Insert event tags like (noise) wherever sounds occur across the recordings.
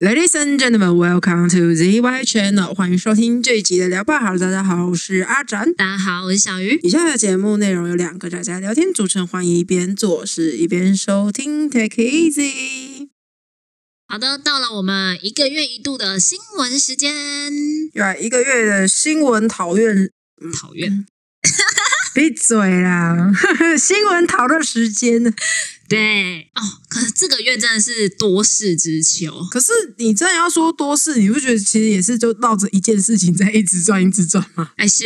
and gentlemen, welcome to ZY Channel，欢迎收听这一集的聊吧。好，大家好，我是阿展。大家好，我是小鱼。以下的节目内容由两个宅宅聊天组成，欢迎一边做事一边收听，Take it easy。好的，到了我们一个月一度的新闻时间，来一个月的新闻讨论，讨厌。闭嘴啦！ (laughs) 新闻讨论时间。对哦，可是这个月真的是多事之秋。可是你真的要说多事，你不觉得其实也是就绕着一件事情在一直转，一直转吗？哎，是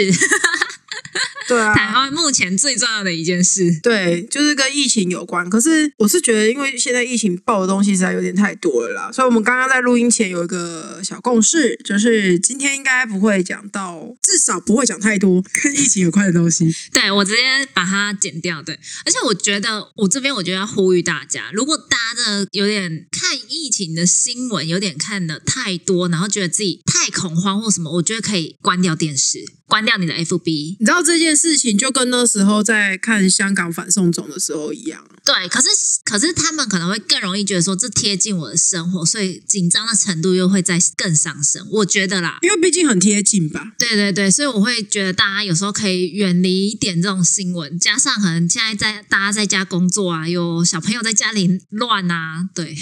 对啊， (laughs) 台湾目前最重要的一件事。对，就是跟疫情有关。可是我是觉得，因为现在疫情报的东西实在有点太多了啦，所以我们刚刚在录音前有一个小共识，就是今天应该不会讲到，至少不会讲太多跟疫情有关的东西。对我直接把它剪掉。对，而且我觉得我这边我觉得要呼吁大家，如果大家真的有点看疫情的新闻，有点看的太多，然后觉得自己太恐慌或什么，我觉得可以关掉电视，关掉你的 FB，你知道这件事情就跟那时候在看香港反送中的时候一样，对，可是可是他们可能会更容易觉得说这贴近我的生活，所以紧张的程度又会再更上升。我觉得啦，因为毕竟很贴近吧。对对对，所以我会觉得大家有时候可以远离一点这种新闻，加上可能现在在大家在家工作啊，有小朋友在家里乱啊，对，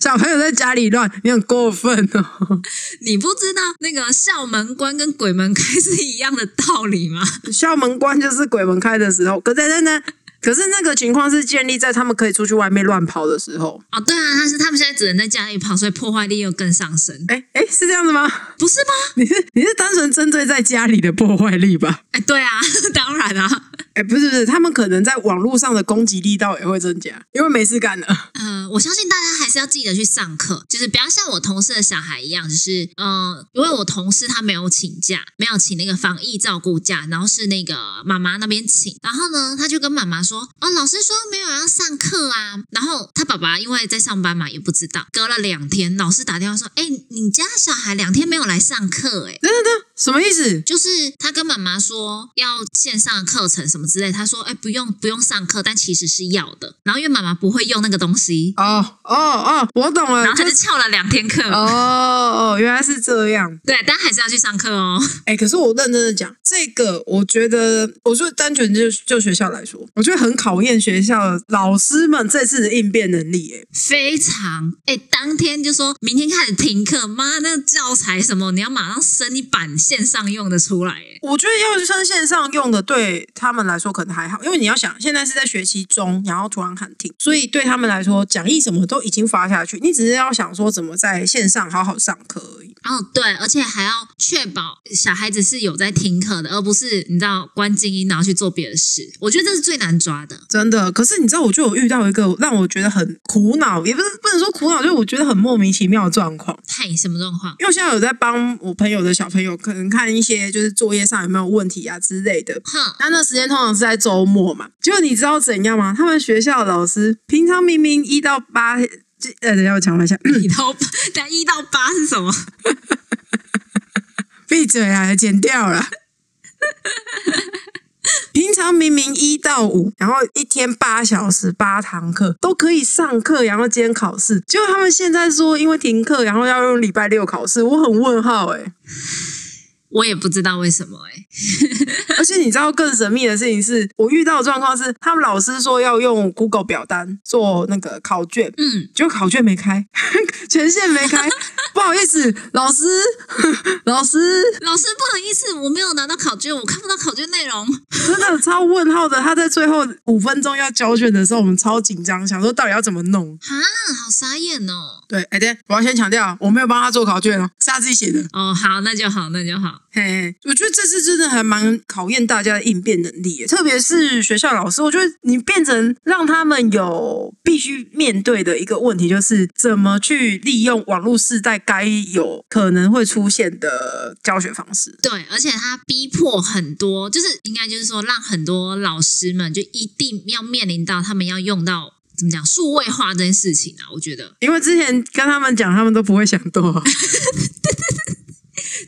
小朋友在家里乱，你很过分哦！ (laughs) 你不知道那个校门关跟鬼门开是一样的道理吗？校门关就是鬼门开的时候，可是真的。可是那个情况是建立在他们可以出去外面乱跑的时候，哦，对啊，但是他们现在只能在家里跑，所以破坏力又更上升，哎哎，是这样子吗？不是吗？你是你是单纯针对在家里的破坏力吧？哎，对啊， (laughs) 当然啊，哎，不是不是，他们可能在网络上的攻击力道也会增加，因为没事干了。呃，我相信大家还是要记得去上课，就是不要像我同事的小孩一样，就是呃，因为我同事他没有请假，没有请那个防疫照顾假，然后是那个妈妈那边请，然后呢，他就跟妈妈说，哦，老师说没有要上课啊，然后他爸爸因为在上班嘛，也不知道，隔了两天，老师打电话说，哎，你家小孩两天没有来上课、哎。等等等，什么意思？就是他跟妈妈说要线上课程什么之类，他说：“哎、不用不用上课，但其实是要的。”然后因为妈妈不会用那个东西，哦哦哦，我懂了然，后他就翘了两天课。哦哦，原来是这样。对，但还是要去上课哦。哎，可是我认真的讲，这个我觉得，我说单纯就就学校来说，我觉得很考验学校老师们这次的应变能力。哎，非常哎、当天就说明天开始停课，妈，那教材什么你要马上生一版线上用的出来。哎，我觉得要是上线上用的，对他们来说可能还好，因为你要想，现在是在学期中，然后突然喊停，所以对他们来说，讲义什么都已经发下去，你只是要想说怎么在线上好好上课而已。哦，对，而且还要确保小孩子是有在听课的，而不是你知道关静音然后去做别的事。我觉得这是最难抓的。真的，可是你知道，我就有遇到一个让我觉得很苦恼，也不是不能说苦恼，就是我觉得很莫名其妙的状况。嗨，什么状况？因为我现在有在帮我朋友的小朋友，可能看一些就是作业上有没有问题啊之类的，哼，那那时间通常是在周末嘛，结果你知道怎样吗？他们学校的老师平常明明一到八，这呃，等一下我讲一下， (coughs) 一到八，但一到八是什么？闭嘴啊，剪掉了。平常明明一到五，然后一天八小时八堂课都可以上课，然后今天考试，结果他们现在说因为停课，然后要用礼拜六考试，我很问号哎、我也不知道为什么哎、而且你知道更神秘的事情是，我遇到的状况是，他们老师说要用 Google 表单做那个考卷，嗯，结果考卷没开， (laughs) 权限没开， (laughs) 不好意思，老师， (laughs) 老师，老师不好意思，我没有拿到考卷，我看不到考卷内容。真的超问号的。他在最后五分钟要交卷的时候，我们超紧张，想说到底要怎么弄。啊，好傻眼哦。对，哎、对，我要先强调，我没有帮他做考卷哦，是他自己写的。哦，好，那就好，那就好。嘿嘿，我觉得这次真的还蛮考验大家的应变能力耶，特别是学校老师，我觉得你变成让他们有必须面对的一个问题，就是怎么去利用网络世代该有可能会出现的教学方式。对，而且他逼迫很多，就是应该就是说，让很多老师们就一定要面临到他们要用到怎么讲数位化这件事情啊。我觉得因为之前跟他们讲，他们都不会想多。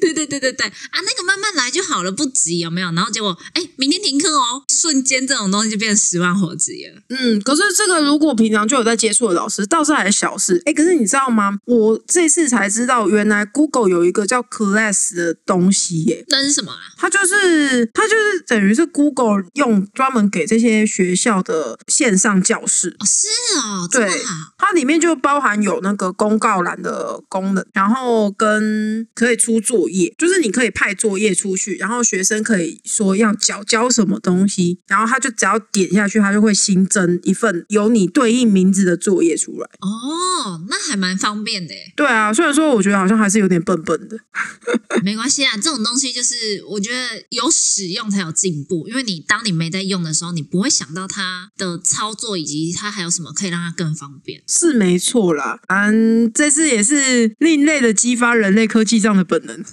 对对对对对啊，那个慢慢来就好了，不急有没有？然后结果哎，明天停课哦，瞬间这种东西就变成十万火急了。 (laughs) 嗯，可是这个如果平常就有在接触的老师，倒是还小事。哎，可是你知道吗？我这次才知道，原来 Google 有一个叫 Class 的东西耶。那是什么啊？它就是它就是等于是 Google 用专门给这些学校的线上教室，哦，是哦，这对么好，它里面就包含有那个公告栏的功能，然后跟可以出作业，就是你可以派作业出去，然后学生可以说要交交什么东西，然后他就只要点下去，他就会新增一份有你对应名字的作业出来。哦，那还蛮方便的耶。对啊，虽然说我觉得好像还是有点笨笨的，没关系啊，这种东西就是我觉得有使用才有进步，因为你当你没在用的时候，你不会想到它的操作以及它还有什么可以让它更方便。是没错啦。嗯，这次也是另类的激发人类科技上的本能。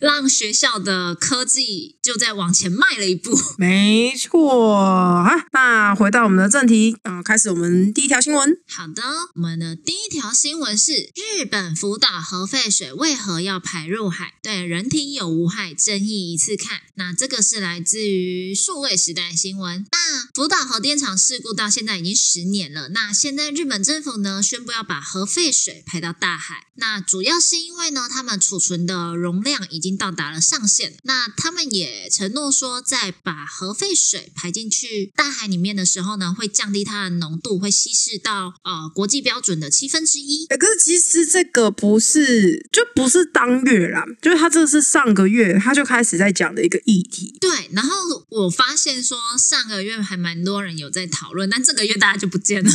让学校的科技就在往前迈了一步。没错啊，那回到我们的正题，嗯、开始我们第一条新闻。好的，我们的第一条新闻是日本福岛核废水为何要排入海，对人体有无害争议一次看。那这个是来自于数位时代新闻。那福岛核电厂事故到现在已经十年了，那现在日本政府呢宣布要把核废水排到大海，那主要是因为呢他们储存的容量已经到达了上限，那他们也承诺说在把核废水排进去大海里面的时候呢，会降低它的浓度，会稀释到呃国际标准的七分之一。哎，可是其实这个不是，就不是当月啦，就是他这个是上个月他就开始在讲的一个议题。对，然后我发现说上个月还蛮多人有在讨论，但这个月大家就不见了。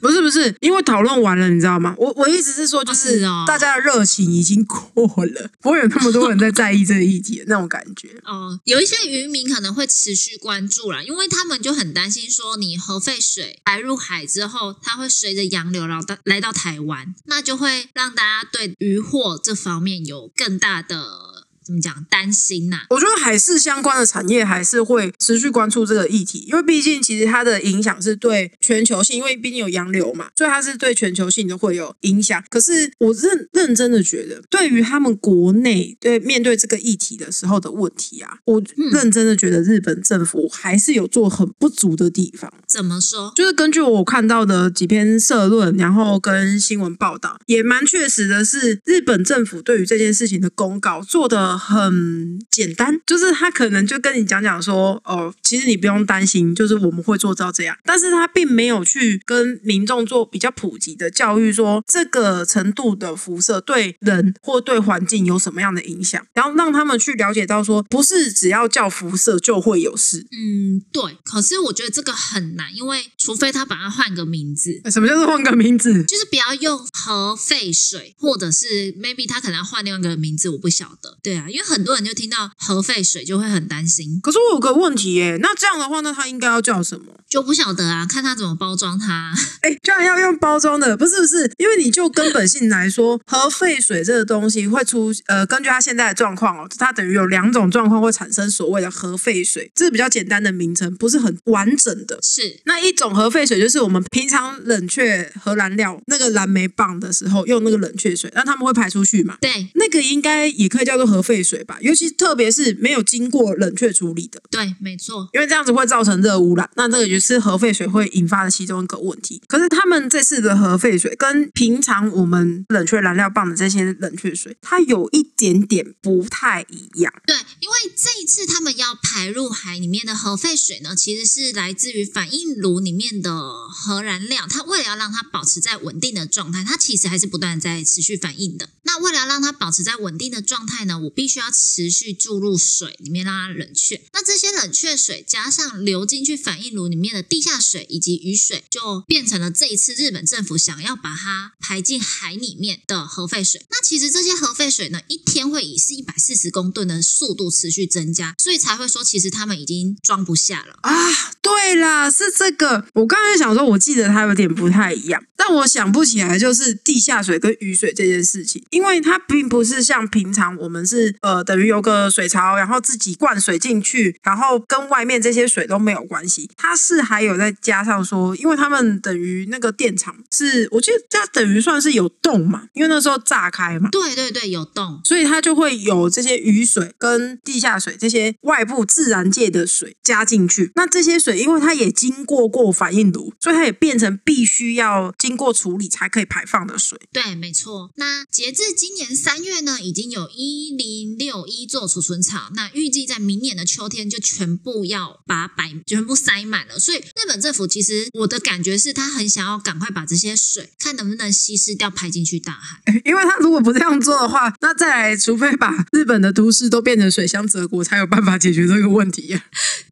不是不是，因为讨论完了，你知道吗？我我意思是说，就哦是哦大家的热情已经过了，不会有那么多人在在意这个议题的那种感觉。哦，有一些渔民可能会持续关注啦，因为他们就很担心说，你核废水排入海之后，它会随着洋流然后到来到台湾，那就会让大家对渔获这方面有更大的怎么讲担心呐、我觉得海事相关的产业还是会持续关注这个议题，因为毕竟其实它的影响是对全球性，因为毕竟有洋流嘛，所以它是对全球性都会有影响。可是我认认真的觉得，对于他们国内对面对这个议题的时候的问题啊，我认真的觉得日本政府还是有做很不足的地方。怎么说？就是根据我看到的几篇社论，然后跟新闻报道，也蛮确实的是，日本政府对于这件事情的公告做的很简单，就是他可能就跟你讲讲说，哦，其实你不用担心，就是我们会做到这样，但是他并没有去跟民众做比较普及的教育说，这个程度的辐射对人或对环境有什么样的影响，然后让他们去了解到说，不是只要叫辐射就会有事。嗯，对。可是我觉得这个很难，因为除非他把它换个名字，什么叫做换个名字？就是不要用核废水，或者是 maybe 他可能要换另外一个名字，我不晓得。对啊，因为很多人就听到核废水就会很担心，可是我有个问题耶，那这样的话，那它应该要叫什么？就不晓得啊，看他怎么包装它。 (laughs) 哎，居然要用包装的，不是不是，因为你就根本性来说，核废水这个东西会出呃，根据它现在的状况哦，它等于有两种状况会产生所谓的核废水，这是比较简单的名称，不是很完整的。是那一种核废水就是我们平常冷却荷兰料那个蓝莓棒的时候用那个冷却水，那他们会排出去嘛？对那个应该也可以叫做核废水吧，尤其特别是没有经过冷却处理的。对，没错。因为这样子会造成热污染，那这个就是核废水会引发的其中一个问题。可是他们这次的核废水跟平常我们冷却燃料棒的这些冷却水，它有一点点不太一样。对，因为这一次他们要排入海里面的核废水呢，其实是来自于反应炉里面的核燃料。它为了要让它保持在稳定的状态，它其实还是不断地在持续反应的。那为了要让它保持在稳定的状态呢，我必须要持续注入水里面让它冷却。那这些冷却水加上流进去反应炉里面的地下水以及雨水，就变成了这一次日本政府想要把它排进海里面的核废水。那其实这些核废水呢，一天会以是一百四十公吨的速度持续增加，所以才会说其实他们已经装不下了。啊，对啦，是这个。我刚才想说，我记得它有点不太一样，但我想不起来，就是地下水跟雨水这件事情，因为它并不是像平常我们是呃，等于有个水槽，然后自己灌水进去，然后跟外面这些水都没有关系。它是还有再加上说，因为他们等于那个电厂是，我记得这等于算是有洞嘛，因为那时候炸开嘛。对对对，有洞。所以它就会有这些雨水跟地下水这些外部自然界的水加进去。那这些水，因为它也经过过反应炉，所以它也变成必须要经过处理才可以排放的水。 (laughs) 对，没错。那截至今年三月呢，已经有一零六一座储存槽，那预计在明年的秋天就全部要把摆全部塞满了。所以日本政府其实我的感觉是，他很想要赶快把这些水看能不能稀释掉，排进去大海。 (laughs) 因为它如果不这样做的话，那再来，除非把日本的都市都变成水乡泽国，才有办法解决这个问题呀、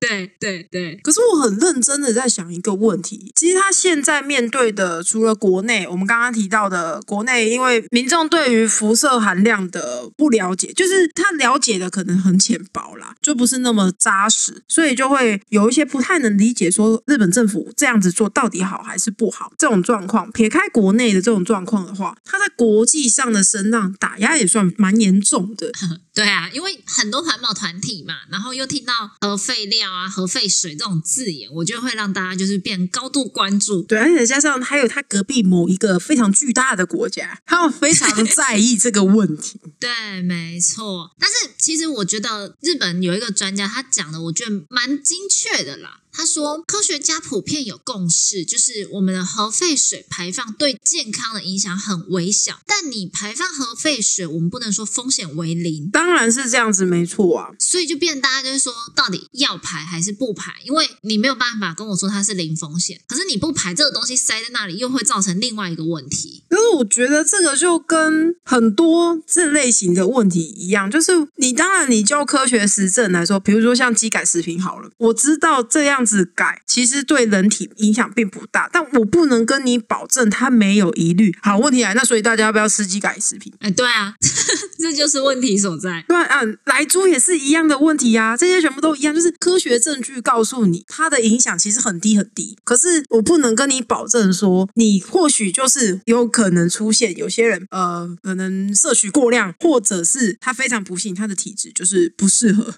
对对对，可是我很认真的在想一个问题，其实他现在面对的，除了国内，我们刚刚提到的国内，因为民众对于辐射含量的不了解，就是他了解的可能很浅薄啦，就不是那么扎实，所以就会有一些不太能理解，说日本政府这样子做到底好还是不好这种状况。撇开国内的这种状况的话，他在国际上的声浪打压也算蛮严重的。对啊，因为很多环保团体嘛，然后又听到核废料啊、核废水这种字眼，我觉得会让大家就是变高度关注。对，而且加上还有他隔壁某一个非常巨大的国家，他们非常在意这个问题。对，没错。但是其实我觉得日本有一个专家，他讲的我觉得蛮精确的啦。他说，科学家普遍有共识，就是我们的核废水排放对健康的影响很微小，但你排放核废水，我们不能说风险为零。当然是这样子，没错啊。所以就变大家就是说，到底要排还是不排？因为你没有办法跟我说它是零风险，可是你不排这个东西塞在那里，又会造成另外一个问题。可是我觉得这个就跟很多这类型的问题一样，就是你当然你就科学实证来说，比如说像机改食品好了，我知道这样子改其实对人体影响并不大，但我不能跟你保证它没有疑虑。好，问题来，那所以大家要不要吃机改食品？哎，对啊， (laughs) 这就是问题所在。对啊，莱猪也是一样的问题呀、这些全部都一样，就是科学证据告诉你它的影响其实很低很低。可是我不能跟你保证说，你或许就是有可能出现有些人呃，可能摄取过量，或者是他非常不幸，他的体质就是不适合。 (laughs)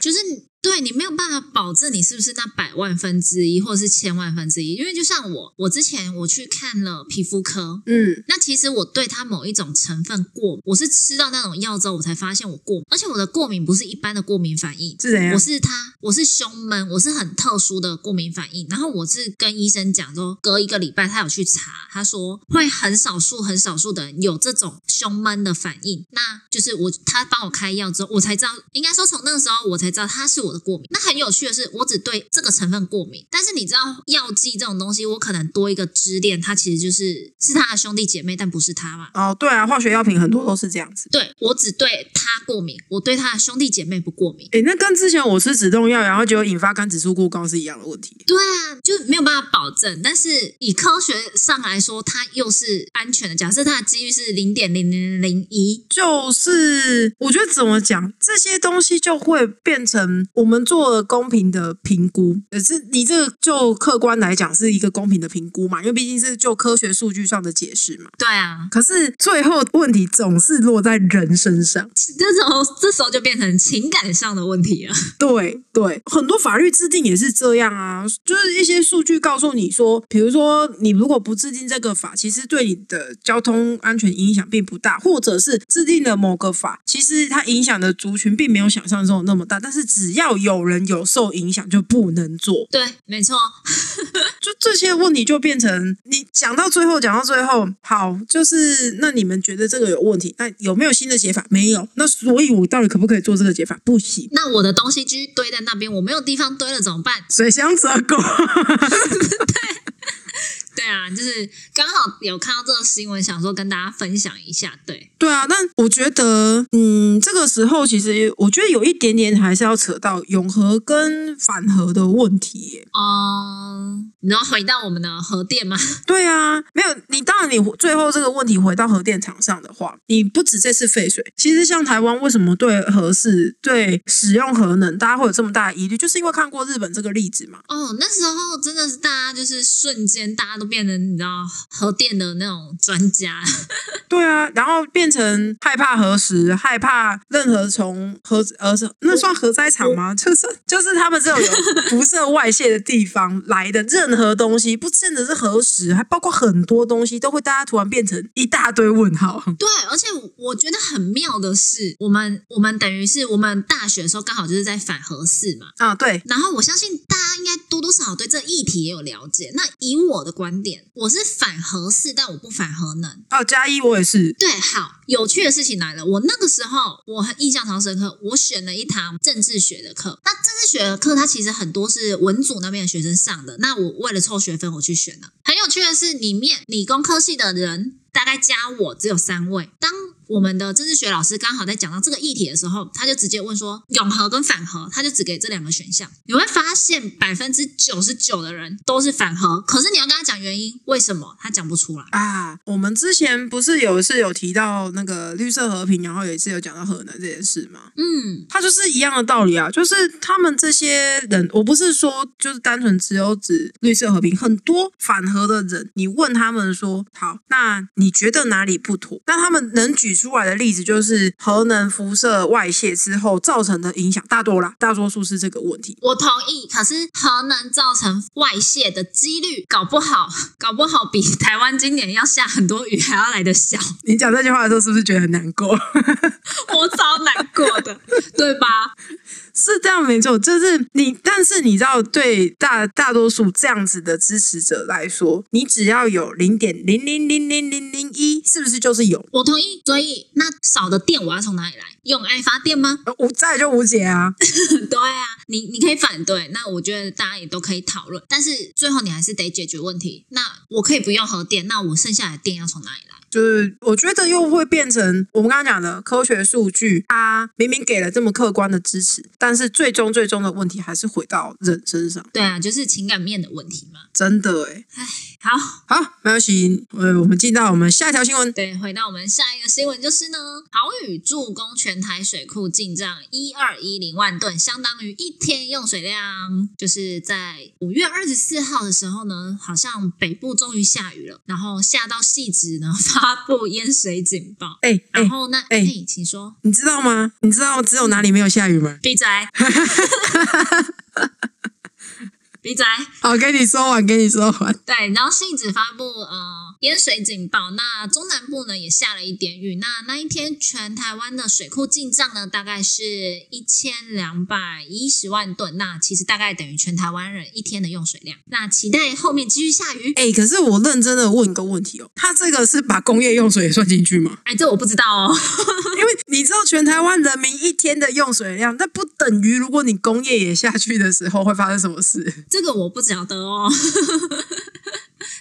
就是你对你没有办法保证你是不是那百万分之一或者是千万分之一，因为就像我，我之前我去看了皮肤科。嗯，那其实我对它某一种成分过敏，我是吃到那种药之后我才发现我过敏，而且我的过敏不是一般的过敏反应，是怎样我？是他，我是胸闷，我是很特殊的过敏反应。然后我是跟医生讲说，隔一个礼拜他有去查，他说会很少数很少数的人有这种胸闷的反应。那就是我他帮我开药之后，我才知道，应该说从那个时候我才知道他是我的过敏。那很有趣的是，我只对这个成分过敏，但是你知道药剂这种东西，我可能多一个支链，它其实就是是他的兄弟姐妹，但不是他嘛。哦，对啊，化学药品很多都是这样子。对我只对他过敏，我对他的兄弟姐妹不过敏。诶，那跟之前我吃止痛药，然后结果引发肝指数过高是一样的问题。对啊，就没有办法保证，但是以科学上来说，它又是安全的。假设它的几率是零点零零零一，就是我觉得怎么讲，这些东西就会变成我们做了公平的评估，可是你这个就客观来讲是一个公平的评估嘛，因为毕竟是就科学数据上的解释嘛。对啊，可是最后问题总是落在人身上，这时候这时候就变成情感上的问题了。对对，很多法律制定也是这样啊，就是一些数据告诉你说，比如说你如果不制定这个法，其实对你的交通安全影响并不大，或者是制定了某个法，其实它影响的族群并没有想象中的那么大，但是只要有人有受影响就不能做， (laughs) 对，没错，就这些问题就变成你讲到最后，讲到最后，好，就是那你们觉得这个有问题，那有没有新的解法？没有，那所以我到底可不可以做这个解法？不行。那我的东西继续堆在那边，我没有地方堆了怎么办？水箱折狗，对啊，就是刚好有看到这个新闻，想说跟大家分享一下。对，对啊，但我觉得，嗯，这个时候其实我觉得有一点点还是要扯到永和跟反核的问题耶。嗯，你要回到我们的核 (laughs) 电吗？对啊，没有你，当然你最后这个问题回到核电厂上的话，你不止这次废水，其实像台湾为什么对核试、对使用核能，大家会有这么大的疑虑，就是因为看过日本这个例子嘛。哦，那时候真的是大家就是瞬间，大家都变成你知道核电的那种专家。对啊，然后变成害怕核实，害怕任何从核呃那算核灾场吗？就是就是他们这种有辐射外泄的地方来的任何东西，不见得是核实，还包括很多东西都会大家突然变成一大堆问号。嗯对，而且我觉得很妙的是，我们我们等于是我们大学的时候刚好就是在反核四嘛，啊，对，然后我相信大家应该多多少少对这议题也有了解。那以我的观点，我是反核四，但我不反核能。哦，加一我也是，对，好，有趣的事情来了。我那个时候我很印象超深刻，我选了一堂政治学的课。那政治学的课它其实很多是文组那边的学生上的，那我为了凑学分我去选了。很有趣的是，里面理工科系的人大概加我只有三位。当我们的政治学老师刚好在讲到这个议题的时候，他就直接问说永和跟反核，他就只给这两个选项。你会发现百分之九十九的人都是反核，可是你要跟他讲原因，为什么他讲不出来。啊，我们之前不是有一次有提到那个绿色和平，然后有一次有讲到核能这件事吗？嗯，它就是一样的道理啊，就是他们这些人，我不是说就是单纯只有指绿色和平，很多反核的人，你问他们说，好，那你觉得哪里不妥？那他们能举出来的例子就是核能辐射外泄之后造成的影响，大多啦，大多数是这个问题。我同意，可是核能造成外泄的几率，搞不好， (laughs) 搞不好比台湾今年要下很多雨还要来得小， (laughs) 你讲这句话的时候，是不是觉得很难过？ (laughs) 我超难过的， (laughs) 对吧？是这样没错，就是你，但是你知道，对大大多数这样子的支持者来说，你只要有零点零零零零零零一，是不是就是有？我同意，所以那少的电我要从哪里来？用爱发电吗？ (laughs) 呃无再来就无解啊！对啊，你你可以反对，那我觉得大家也都可以讨论，但是最后你还是得解决问题。那我可以不用核电，那我剩下的电要从哪里来？就是我觉得又会变成我们刚刚讲的科学数据，它明明给了这么客观的支持，但是最终最终的问题还是回到人身上，对啊，就是情感面的问题嘛。真的诶好，好，没关系，呃，我们进到我们下一条新闻。对，回到我们下一个新闻就是呢，豪雨助攻全台水库进账一二一零万吨，相当于一天用水量。就是在五月二十四号的时候呢，好像北部终于下雨了，然后下到细致呢 (laughs) 发布淹水警报，哎哎然，后那哎、哎请说，你知道吗？你知道只有哪里没有下雨吗？闭 (laughs) 嘴，闭嘴。好，跟你说完，跟你说完。对，然后信纸发布呃淹水警报，那中南部呢也下了一点雨。那那一天全台湾的水库进账呢大概是一千两百一十万吨，那其实大概等于全台湾人一天的用水量。那期待后面继续下雨。？哎、可是我认真的问一个问题哦，他这个是把工业用水也算进去吗哎，这我不知道哦。 (laughs) 因为你知道全台湾人民一天的用水量，那不等于如果你工业也下去的时候会发生什么事？这个我不晓得哦。 (laughs)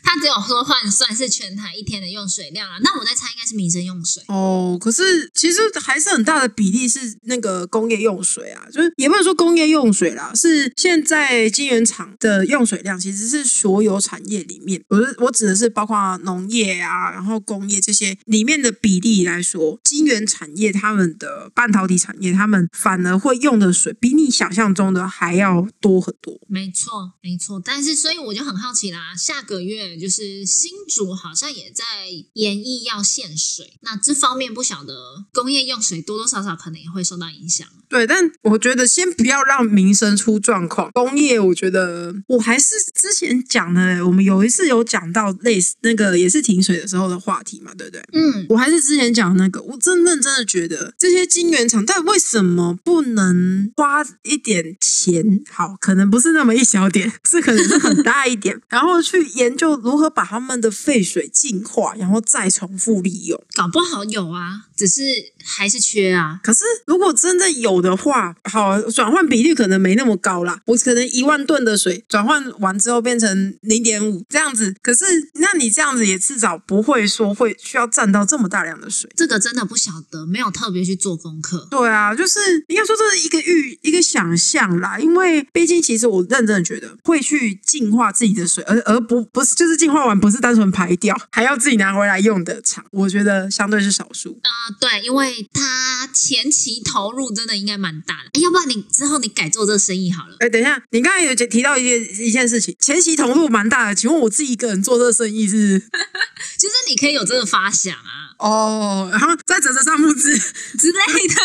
他只有说换算是全台一天的用水量啊，那我在猜应该是民生用水。哦，可是其实还是很大的比例是那个工业用水啊，就是也不能说工业用水啦，是现在晶圆厂的用水量其实是所有产业里面，我是我指的是包括农业啊，然后工业这些里面的比例来说，晶圆产业他们的半导体产业，他们反而会用的水比你想象中的还要多很多。没错，没错。但是，所以我就很好奇啦，下个月就是新竹好像也在研议要限水，那这方面不晓得工业用水多多少少可能也会受到影响。对，但我觉得先不要让民生出状况。工业，我觉得我还是之前讲的，我们有一次有讲到类似那个也是停水的时候的话题嘛，对不对？嗯，我还是之前讲的那个，我真认真的觉得这些晶圆厂，但为什么不能花一点钱？好，可能不是那么一小点，是可能是很大一点，然后去研究如何把他们的废水净化，然后再重复利用。搞不好有啊，只是还是缺啊。可是如果真的有的话，好转换比率可能没那么高啦。我可能一万吨的水转换完之后变成零点五这样子，可是那你这样子也至少不会说会需要占到这么大量的水。这个真的不晓得，没有特别去做功课。对啊，就是应该说这是一个预一个想象啦，因为毕竟其实我认真的觉得会去净化自己的水，而而不不是就是净化完不是单纯排掉，还要自己拿回来用的厂，我觉得相对是少数。啊、对，因为他前期投入真的应该蛮大的，哎要不然你之后你改做这个生意好了。哎，等一下，你刚才有提到一件一件事情，前期投入蛮大的，请问我自己一个人做这个生意是？就是你可以有这个发想啊哦， (laughs) 然后再折折上木枝，之类的 (laughs)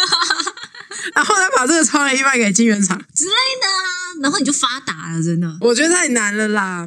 啊、然后再把这个超人一卖给金源厂，之类的啊，然后你就发达了，真的。我觉得太难了啦。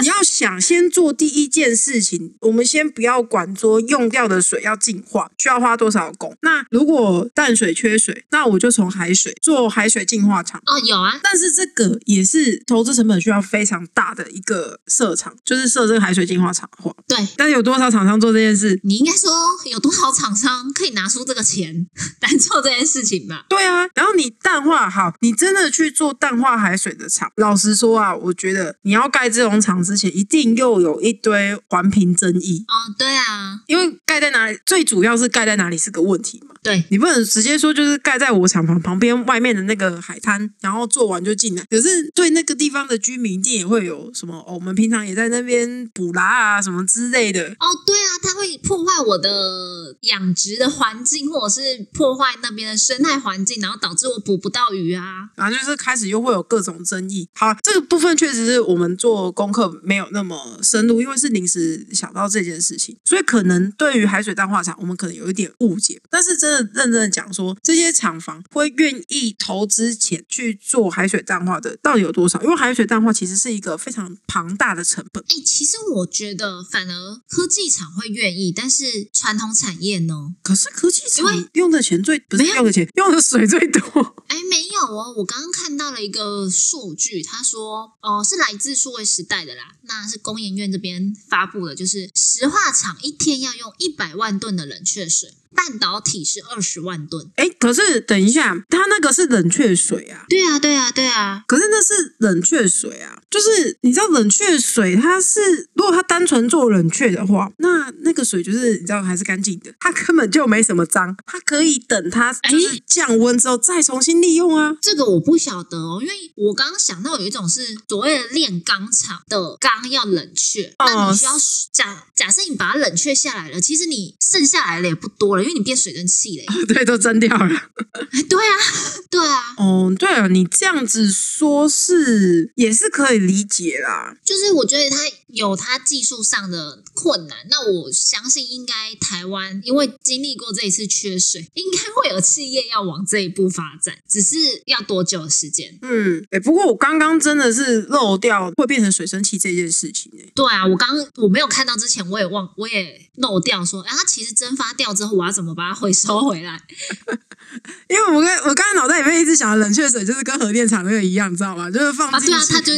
你要想先做第一件事情，我们先不要管说用掉的水要净化需要花多少工。那如果淡水缺水，那我就从海水做海水净化厂。哦，有啊，但是这个也是投资成本需要非常大的一个设厂，就是设这个海水净化厂的话，对。但有多少厂商做这件事？你应该说有多少厂商可以拿出这个钱 (laughs) 来做这件事情吧？对啊，然后你淡化好，你真的去做淡化海水的厂。老实说啊，我觉得你要盖这种厂之前，一定又有一堆环评争议，哦，对啊，因为盖在哪里，最主要是盖在哪里是个问题嘛。对，你不能直接说就是盖在我厂房旁边外面的那个海滩，然后做完就进来。可是对那个地方的居民一定也会有什么哦，我们平常也在那边捕啦啊什么之类的。哦，对啊，它会破坏我的养殖的环境，或者是破坏那边的生态环境，然后导致我捕不到鱼啊。然后就是开始又会有各种争议。好，这个部分确实是我们做功课没有那么深入，因为是临时想到这件事情，所以可能对于海水淡化厂，我们可能有一点误解。但是真的认真的讲说，这些厂房会愿意投资钱去做海水淡化的，到底有多少？因为海水淡化其实是一个非常庞大的成本。哎，其实我觉得反而科技厂会愿意，但是传统产业呢？可是科技因厂为用的钱最不是没有用的钱，用的水最多。 (laughs) 哎，没有哦，我刚刚看到了一个数据，他说，哦、是来自数位时代的啦，那是工研院这边发布的，就是石化厂一天要用一百万吨的冷却水，半导体是二十万吨。哎，可是等一下，它那个是冷却水啊，对啊，对啊，对啊，可是那是冷却水啊，就是你知道冷却水，它是如果它单纯做冷却的话，那那个水就是你知道还是干净的，它根本就没什么脏，它可以等它就是哎降温之后再重新利用啊。 (laughs) 这个我不晓得哦，因为我刚刚想到有一种是所谓的炼钢厂的钢要冷却，哦那你需要假假设你把它冷却下来了，其实你剩下来的也不多了，因为你变水蒸气了 (laughs) 耶。对，都蒸掉了。哎，对啊，对啊，哦，对了，你这样子说是也是可以理解啦。就是我觉得它有它技术上的困难，那我相信应该台湾因为经历过这一次缺水，应该会有企业要往这一步发展，只是要多久的时间？嗯，哎，不过我刚刚真的是漏掉会变成水蒸气这件事情哎、对啊，我刚我没有看到之前，我也忘，我也漏掉说，啊，它其实蒸发掉之后，我要怎么把它回收回来？因为我刚我刚才脑袋里面一直想冷却水就是跟核电厂那个一样，你知道吗？就是放啊，进去。对啊，它就，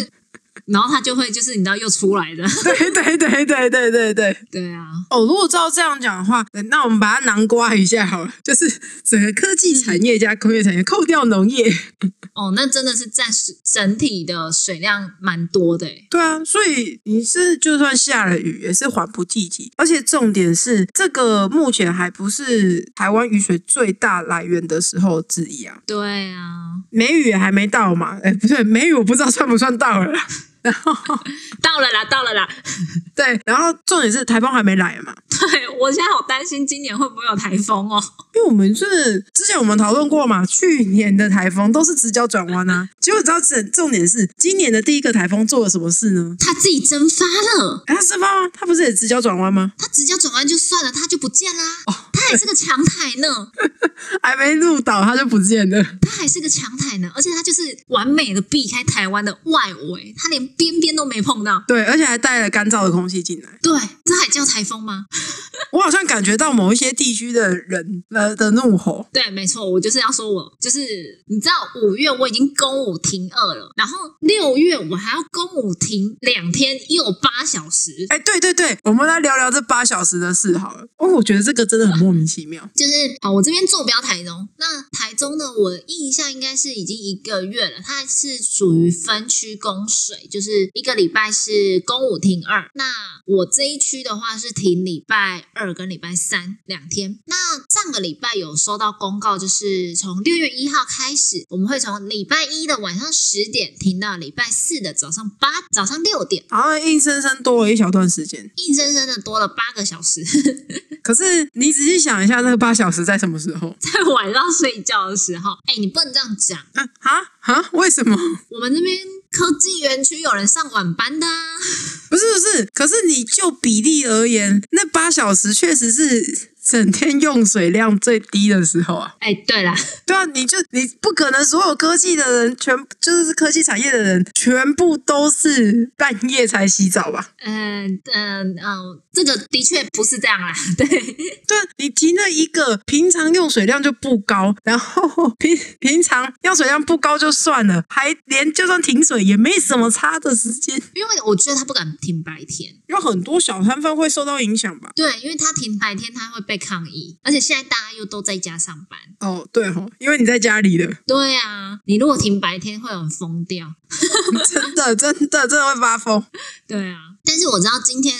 然后它就会就是你知道又出来的， (laughs) (laughs) 对对对对对对对。对啊，哦，如果照这样讲的话，呃那我们把它囊括一下好了，就是整个科技产业加工业产业，扣掉农业。哦，那真的是占水整体的水量蛮多的欸，对啊，所以你是就算下了雨，也是还不济急。而且重点是，这个目前还不是台湾雨水最大来源的时候之一啊。对啊。梅雨也还没到嘛？哎，不对，梅雨我不知道算不算到了啦。然后到了啦，到了啦！对，然后重点是台风还没来嘛。对 (laughs) 我现在好担心今年会不会有台风哦。因为我们是之前我们讨论过嘛，去年的台风都是直角转弯啊。结果你知道重重点是，今年的第一个台风做了什么事呢？它自己蒸发了，哎，它是吗？它不是也直角转弯吗？它直角转弯就算了，它就不见啦。它还是个强台呢，还没入岛，它就不见了。它还是个强台呢，而且它就是完美的避开台湾的外围，它连边边都没碰到。对，而且还带了干燥的空气进来。对，这还叫台风吗？我好像感觉到某一些地区的人呃的怒吼，对，没错，我就是要说我，就是你知道，五月我已经公五停二了，然后六月我还要公五停两天，又八小时，哎，对对对，我们来聊聊这八小时的事好了。哦，我觉得这个真的很莫名其妙。就是好，我这边坐标台中，那台中呢，我印象应该是已经一个月了，它是属于分区供水，就是一个礼拜是公五停二。那我这一区的话是停礼拜二跟礼拜三两天。那上个礼拜有收到公告，就是从六月一号开始，我们会从礼拜一的晚上十点停到礼拜四的早上八早上六点，好像硬生生多了一小段时间，硬生生的多了八个小时。 (laughs) 可是你仔细想一下，那个八小时在什么时候？在晚上睡觉的时候，哎、你不能这样讲。啊啊啊！为什么？我们这边科技园区有人上晚班的、啊，不是不是，可是你就比例而言，那八小时确实是整天用水量最低的时候啊。哎，对啦，对啊，你就你不可能所有科技的人全就是科技产业的人全部都是半夜才洗澡吧？嗯嗯嗯，这个的确不是这样啦， (laughs) 对，对啊，你提了一个平常用水量就不高，然后 (laughs) 平平常用水量不高就算了，还连就算停水也没什么差的时间，因为我觉得他不敢停白天，有很多小摊贩会受到影响吧？对，因为他停白天他会被抗议，而且现在大家又都在家上班，哦，对哦，因为你在家里了，对啊，你如果停白天会很疯掉，真的真的真的会发疯。对啊，但是我知道今天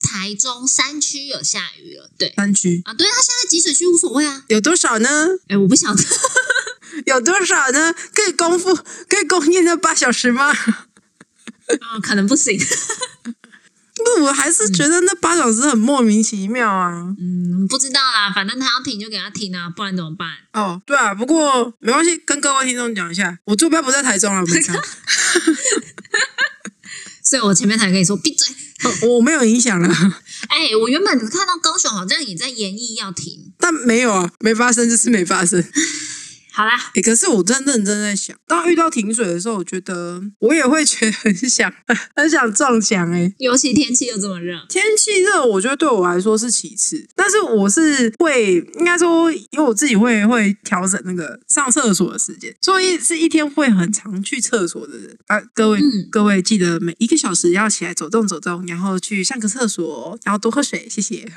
台中山区有下雨了，对山区啊，对啊，现在集水区无所谓啊，有多少呢？哎，我不 (laughs) 晓得。有多少呢？可以公布，可以供应那八小时吗？ (laughs) 嗯，可能不行。不，我还是觉得那八小时很莫名其妙啊。 (laughs) 嗯，不知道啦，反正他要停就给他停啊，不然怎么办？哦，对啊，不过没关系，跟各位听众讲一下，我坐标不在台中啊，我没差，所以我前面才跟你说闭嘴。哦我我没有影响了，啊哎、我原本看到高雄好像也在研议要停， (laughs) 但没有啊，没发生就是没发生。好啦，诶可是我真认真在想，当遇到停水的时候，我觉得我也会觉得很想 (laughs) 很想撞墙哎、尤其天气又这么热，天气热，我觉得对我来说是其次，但是我是会，应该说，因为我自己会会调整那个上厕所的时间，所以是一天会很常去厕所的人啊。各位、嗯各位记得每一个小时要起来走动走动，然后去上个厕所，然后多喝水，谢谢。 (laughs)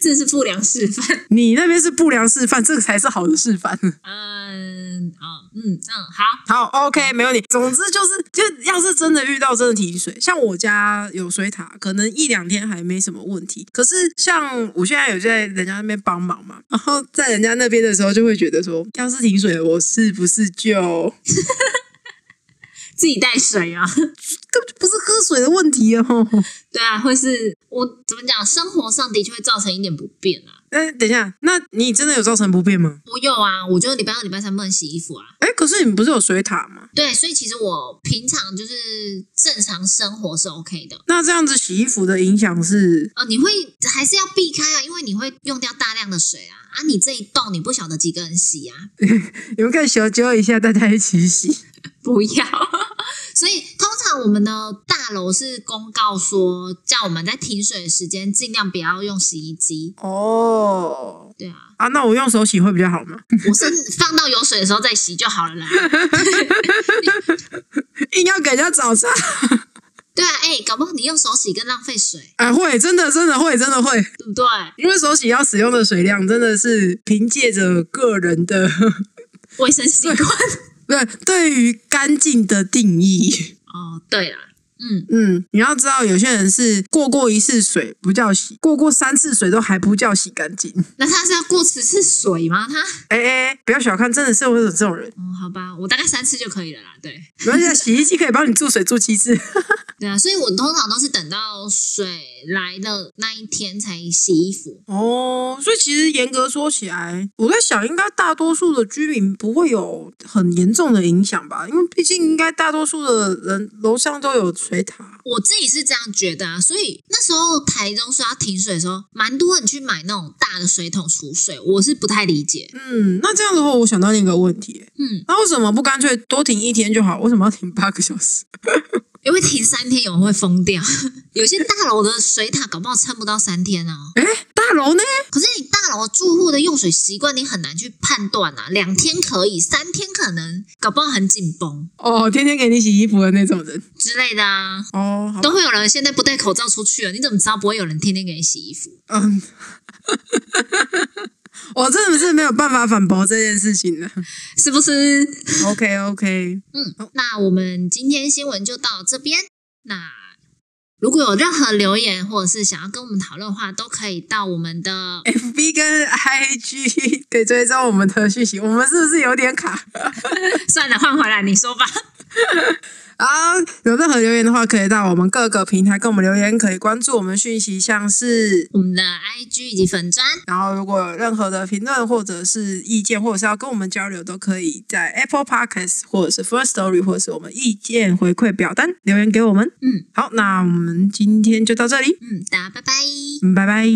这是不良示范。你那边是不良示范，这个才是好的示范。嗯，哦，嗯嗯，好，好，OK，没问题。总之就是，就要是真的遇到真的停水，像我家有水塔，可能一两天还没什么问题。可是像我现在有在人家那边帮忙嘛，然后在人家那边的时候，就会觉得说，要是停水了，我是不是就自己带水啊。根本就不是喝水的问题哦？ (laughs) (laughs) 对啊，会是我怎么讲？生活上的确会造成一点不便啊。那等一下，那你真的有造成不便吗？我有啊，我就礼拜二、礼拜三不能洗衣服啊。哎，可是你们不是有水塔吗？对，所以其实我平常就是正常生活是 OK 的。那这样子洗衣服的影响是呃，你会还是要避开啊，因为你会用掉大量的水啊。啊，你这一栋你不晓得几个人洗啊，你们可以小揪一下，大家一起洗。不要。 (laughs) 所以通常我们的大楼是公告说，叫我们在停水的时间尽量不要用洗衣机。哦，对啊，啊，那我用手洗会比较好吗？ (laughs) 我甚至放到有水的时候再洗就好了啦。 (laughs) 硬要给人家找茬。对啊，哎、搞不好你用手洗更浪费水，啊，会，真的，真的会，真的会，对不对？因为手洗要使用的水量真的是凭借着个人的 (laughs) 卫生习惯。对对于干净的定义。 (laughs) 哦，对啦，嗯，嗯，你要知道，有些人是过过一次水不叫洗，过过三次水都还不叫洗干净。那他是要过十次水吗？哦他？哎哎，不要小看，真的是会有这种人。啊嗯，好吧，我大概三次就可以了啦。对，而且洗衣机可以帮你注水注七次。对对啊，所以我通常都是等到水来的那一天才洗衣服。 (laughs) 哦，所以其实严格说起来，我在想，应该大多数的居民不会有很严重的影响吧？因为毕竟应该大多数的人楼上都有水塔。我自己是这样觉得啊，所以那时候台中说要停水的时候，蛮多人去买那种大的水桶储水，我是不太理解。嗯，那这样的话，我想到另一个问题、欸嗯，那为什么不干脆多停一天就好？为什么要停八个小时？因为停三天有人会疯掉， (laughs) 有些大楼的水塔搞不好撑不到三天啊。哎，大楼呢？可是你大楼住户的用水习惯，你很难去判断啊。两天可以，三天可能搞不好很紧绷哦，天天给你洗衣服的那种人。之类的啊。哦，好吧，都会有人现在不戴口罩出去了，你怎么知道不会有人天天给你洗衣服？嗯。 (laughs) 我真的是没有办法反驳这件事情了。是不是？ OK OK，嗯，那我们今天新闻就到这边。那如果有任何留言或者是想要跟我们讨论的话，都可以到我们的 FB 跟 IG 可以追踪我们的讯息，我们是不是有点卡？算了，换回来你说吧。啊，有任何留言的话，可以到我们各个平台跟我们留言，可以关注我们讯息，像是。 (laughs) 我们的 IG 以及粉砖，然后，如果有任何的评论或者是意见，或者是要跟我们交流，都可以在 Apple Podcast 或者是 First Story 或者是我们意见回馈表单留言给我们。嗯好，那我们今天就到这里，嗯，大家拜拜。嗯拜拜。